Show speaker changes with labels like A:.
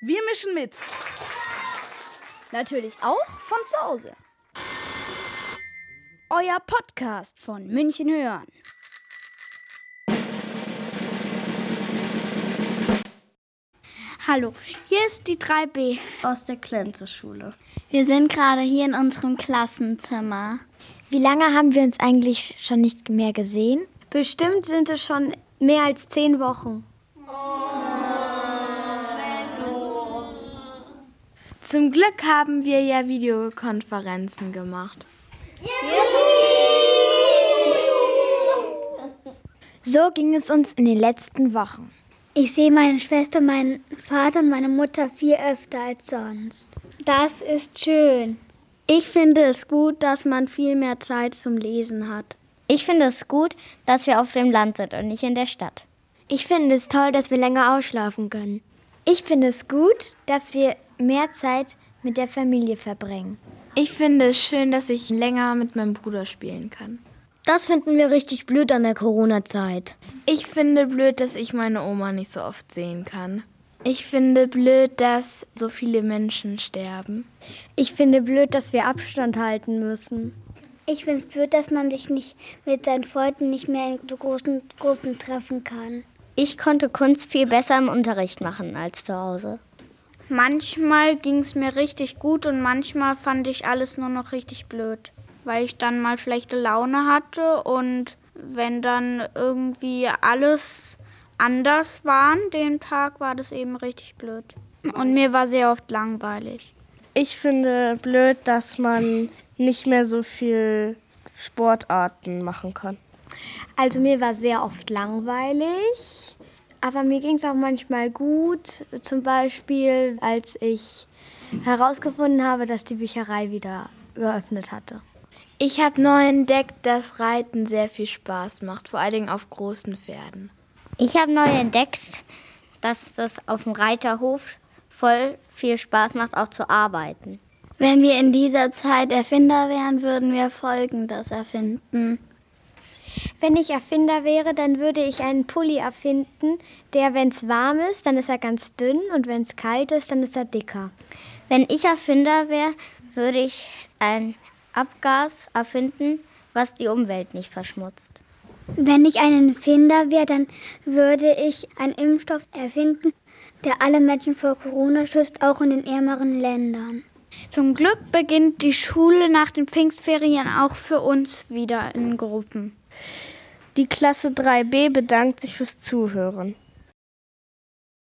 A: Wir mischen mit.
B: Natürlich auch von zu Hause. Euer Podcast von München hören.
C: Hallo, hier ist die 3B.
D: aus der Klänzerschule.
C: Wir sind gerade hier in unserem Klassenzimmer.
E: Wie lange haben wir uns eigentlich schon nicht mehr gesehen?
F: Bestimmt sind es schon mehr als zehn Wochen.
G: Zum Glück haben wir ja Videokonferenzen gemacht.
E: So ging es uns in den letzten Wochen.
C: Ich sehe meine Schwester, meinen Vater und meine Mutter viel öfter als sonst.
F: Das ist schön.
C: Ich finde es gut, dass man viel mehr Zeit zum Lesen hat.
H: Ich finde es gut, dass wir auf dem Land sind und nicht in der Stadt.
I: Ich finde es toll, dass wir länger ausschlafen können.
E: Ich finde es gut, dass wir mehr Zeit mit der Familie verbringen.
G: Ich finde es schön, dass ich länger mit meinem Bruder spielen kann.
I: Das finden wir richtig blöd an der Corona-Zeit.
G: Ich finde blöd, dass ich meine Oma nicht so oft sehen kann. Ich finde blöd, dass so viele Menschen sterben.
F: Ich finde blöd, dass wir Abstand halten müssen.
J: Ich finde es blöd, dass man sich nicht mit seinen Freunden nicht mehr in so großen Gruppen treffen kann.
H: Ich konnte Kunst viel besser im Unterricht machen als zu Hause.
B: Manchmal ging es mir richtig gut und manchmal fand ich alles nur noch richtig blöd, weil ich dann mal schlechte Laune hatte und wenn dann irgendwie alles anders war an dem Tag, war das eben richtig blöd. Und mir war sehr oft langweilig.
K: Ich finde blöd, dass man nicht mehr so viel Sportarten machen kann.
I: Also mir war sehr oft langweilig, aber mir ging es auch manchmal gut. Zum Beispiel, als ich herausgefunden habe, dass die Bücherei wieder geöffnet hatte.
G: Ich habe neu entdeckt, dass Reiten sehr viel Spaß macht, vor allen Dingen auf großen Pferden.
H: Ich habe neu entdeckt, dass das auf dem Reiterhof voll viel Spaß macht, auch zu arbeiten.
C: Wenn wir in dieser Zeit Erfinder wären, würden wir Folgendes erfinden.
F: Wenn ich Erfinder wäre, dann würde ich einen Pulli erfinden, der, wenn es warm ist, dann ist er ganz dünn und wenn es kalt ist, dann ist er dicker.
H: Wenn ich Erfinder wäre, würde ich ein Abgas erfinden, was die Umwelt nicht verschmutzt.
J: Wenn ich ein Erfinder wäre, dann würde ich einen Impfstoff erfinden, der alle Menschen vor Corona schützt, auch in den ärmeren Ländern.
B: Zum Glück beginnt die Schule nach den Pfingstferien auch für uns wieder in Gruppen.
K: Die Klasse 3b bedankt sich fürs Zuhören.